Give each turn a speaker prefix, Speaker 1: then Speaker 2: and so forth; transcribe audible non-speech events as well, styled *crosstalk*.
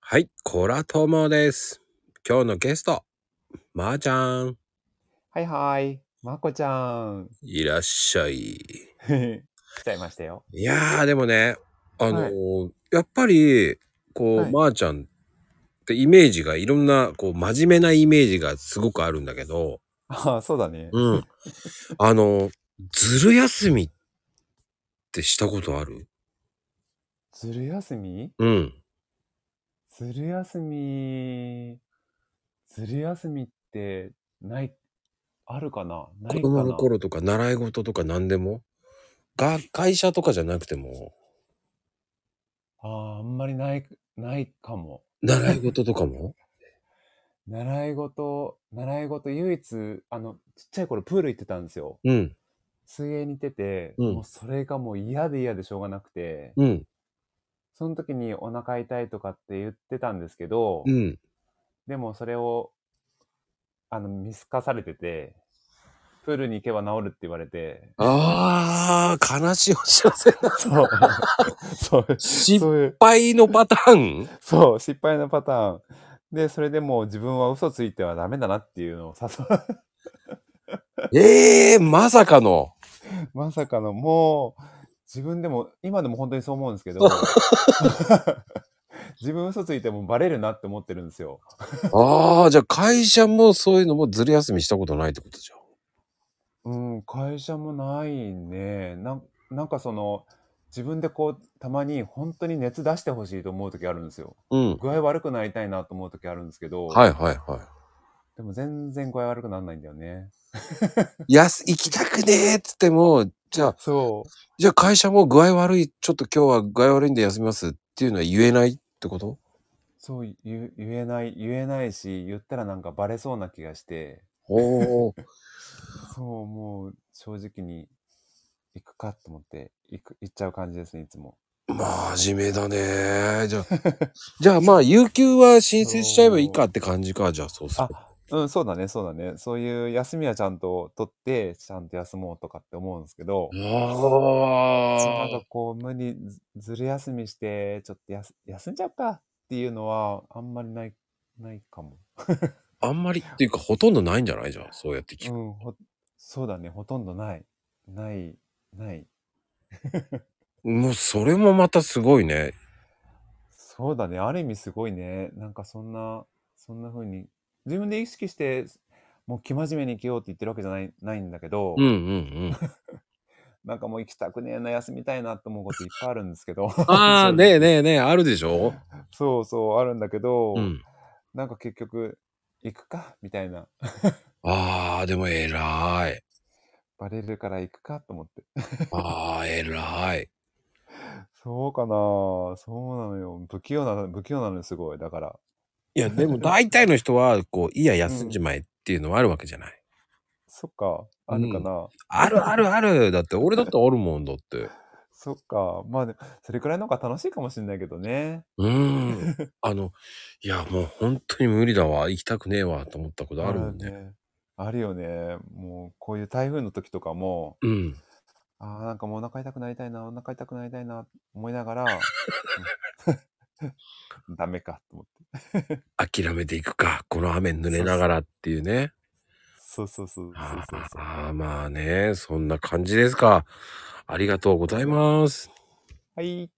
Speaker 1: はい、コラともです。今日のゲスト、まー、ちゃん。
Speaker 2: はいはい、まこちゃん。 *laughs*
Speaker 1: いらっしゃい。
Speaker 2: 来ちゃいましたよ。
Speaker 1: いやー、でもね、あの
Speaker 2: はい。
Speaker 1: ーやっぱり、こう、
Speaker 2: はい。
Speaker 1: まー、ちゃんってイメージがいろんな、こう、真面目なイメージがすごくあるんだけど、
Speaker 2: ああ、そうだね。
Speaker 1: うん。あのーずる休みってしたことある
Speaker 2: ずる休み
Speaker 1: うん。
Speaker 2: ずる休み、ずる休みってない、あるかなな
Speaker 1: 子
Speaker 2: い
Speaker 1: 供
Speaker 2: か
Speaker 1: の
Speaker 2: な
Speaker 1: 頃とか、習い事とか何でも、が、会社とかじゃなくても、
Speaker 2: ああ、あんまりない、ないかも。
Speaker 1: 習い事とかも
Speaker 2: 習い事、習い事唯一、あの、ちっちゃい頃プール行ってたんですよ。
Speaker 1: うん、
Speaker 2: 水泳に行ってて、
Speaker 1: う、
Speaker 2: もうんそれがもう嫌で嫌でしょうがなくて、
Speaker 1: うん、
Speaker 2: その時にお腹痛いとかって言ってたんですけ
Speaker 1: う
Speaker 2: ど、
Speaker 1: ん。
Speaker 2: でもそれを、あの、見透かされてて、プールに行けば治るって言われて、
Speaker 1: ああ、悲しいお知らせだ。
Speaker 2: そう、 *laughs* そう、
Speaker 1: 失
Speaker 2: そういう、
Speaker 1: 敗のパターン
Speaker 2: そう、失敗のパターン。で、それでもう自分は嘘ついてはダメだなっていうのを誘う、
Speaker 1: ええー、まさかの。
Speaker 2: *laughs* まさかのもう、自分でも、今でも本当にそう思うんですけど、 *laughs* 自分嘘ついてもバレるなって思ってるんですよ。
Speaker 1: ああ、じゃあ会社もそういうのもずる休みしたことないってことじゃん。
Speaker 2: うん、会社もないね。なん、なんかその、自分でこう、たまに本当に熱出してほしいと思う時あるんですよ。
Speaker 1: うん。
Speaker 2: 具合悪くなりたいなと思う時あるんですけど、
Speaker 1: はいはいはい。
Speaker 2: でも全然具合悪くならないんだよね。
Speaker 1: やす、行きたくねえっつっても、じゃあ、
Speaker 2: そ
Speaker 1: じゃあ会社も具合悪い、ちょっと今日は具合悪いんで休みますっていうのは言えないってこと
Speaker 2: う、そう、言、言えない、言えないし、言ったらなんかバレそうな気がして、
Speaker 1: おおー。
Speaker 2: そう、もう正直に行くかと思って、行く、行っちゃう感じですね、いつも。
Speaker 1: 真面目だね。 *laughs* じゃあ、じゃあまあ、有給は申請しちゃえばいい
Speaker 2: そ
Speaker 1: か
Speaker 2: う。
Speaker 1: って感じか、じゃあそうする。
Speaker 2: あ、うん、そうだね、そうだね。そういう休みはちゃんと取って、ちゃんと休もうとかって思うんですけど、そう、なん
Speaker 1: あ
Speaker 2: か
Speaker 1: あ。
Speaker 2: こう、無理、ずずる休みして、ちょっとやす休んじゃうかっていうのは、あんまりない、ないかも。
Speaker 1: あんまりっていうか、ほとんどないんじゃないじゃん。そうやって聞
Speaker 2: う
Speaker 1: く。
Speaker 2: ん、ほ、そうだね、ほとんどない。ない、ない。
Speaker 1: もう、それもまたすごいね。
Speaker 2: そうだね、ある意味すごいね。なんかそんな、そんな風に、自分で意識して、もう生真面目に生きようって言ってるわけじゃない、ないんだけ
Speaker 1: うん
Speaker 2: ど、
Speaker 1: うんうん。 *laughs*
Speaker 2: なんかもう行きたくねえな、休みたいなと思うこといっぱいあるんですけど、
Speaker 1: ああ、
Speaker 2: 正
Speaker 1: ねえ
Speaker 2: 直。
Speaker 1: ねえねえ、あるでしょ
Speaker 2: そうそう、あるんだけ
Speaker 1: う
Speaker 2: ど、
Speaker 1: ん。
Speaker 2: なんか結局、行くか、みたいな。
Speaker 1: ああ、でも偉い。
Speaker 2: バレるから行くかと思って。
Speaker 1: ああ、偉い。
Speaker 2: そうかなそうなのよ。不器用な、不器用なのよ、すごい。だから。
Speaker 1: いや、でも大体の人は、こう、いや、
Speaker 2: う
Speaker 1: 休んじ
Speaker 2: ん。
Speaker 1: まえっていうのはあるわけじゃない。
Speaker 2: そっか。あ
Speaker 1: う
Speaker 2: るか
Speaker 1: ん。
Speaker 2: な
Speaker 1: あるあるある。だって、俺だってあるもんだって。
Speaker 2: そっか。まあ、でそれくらいの方が楽しいかもしんないけどね。
Speaker 1: うー *laughs* ん。あの、いや、もう本当に無理だわ。行きたくねえわ、と思ったことあ
Speaker 2: あ
Speaker 1: るも
Speaker 2: る
Speaker 1: んね。
Speaker 2: ね。あるよね。もう、こういう台風の時とかも、
Speaker 1: うん。
Speaker 2: ああ、なんかもうお腹痛くなりたいな、お腹痛くなりたいな、思いながら、
Speaker 1: *laughs*
Speaker 2: うん、 *laughs* ダメか、と思って。
Speaker 1: 諦めていくか。この雨に濡れ
Speaker 2: そう
Speaker 1: な
Speaker 2: そ
Speaker 1: が
Speaker 2: う。
Speaker 1: らっていうね。
Speaker 2: そうそうそうそう
Speaker 1: あ
Speaker 2: そうそう。
Speaker 1: あ、まあね、そんな感じですか。ありがとうござい
Speaker 2: そう。
Speaker 1: ます。
Speaker 2: はい。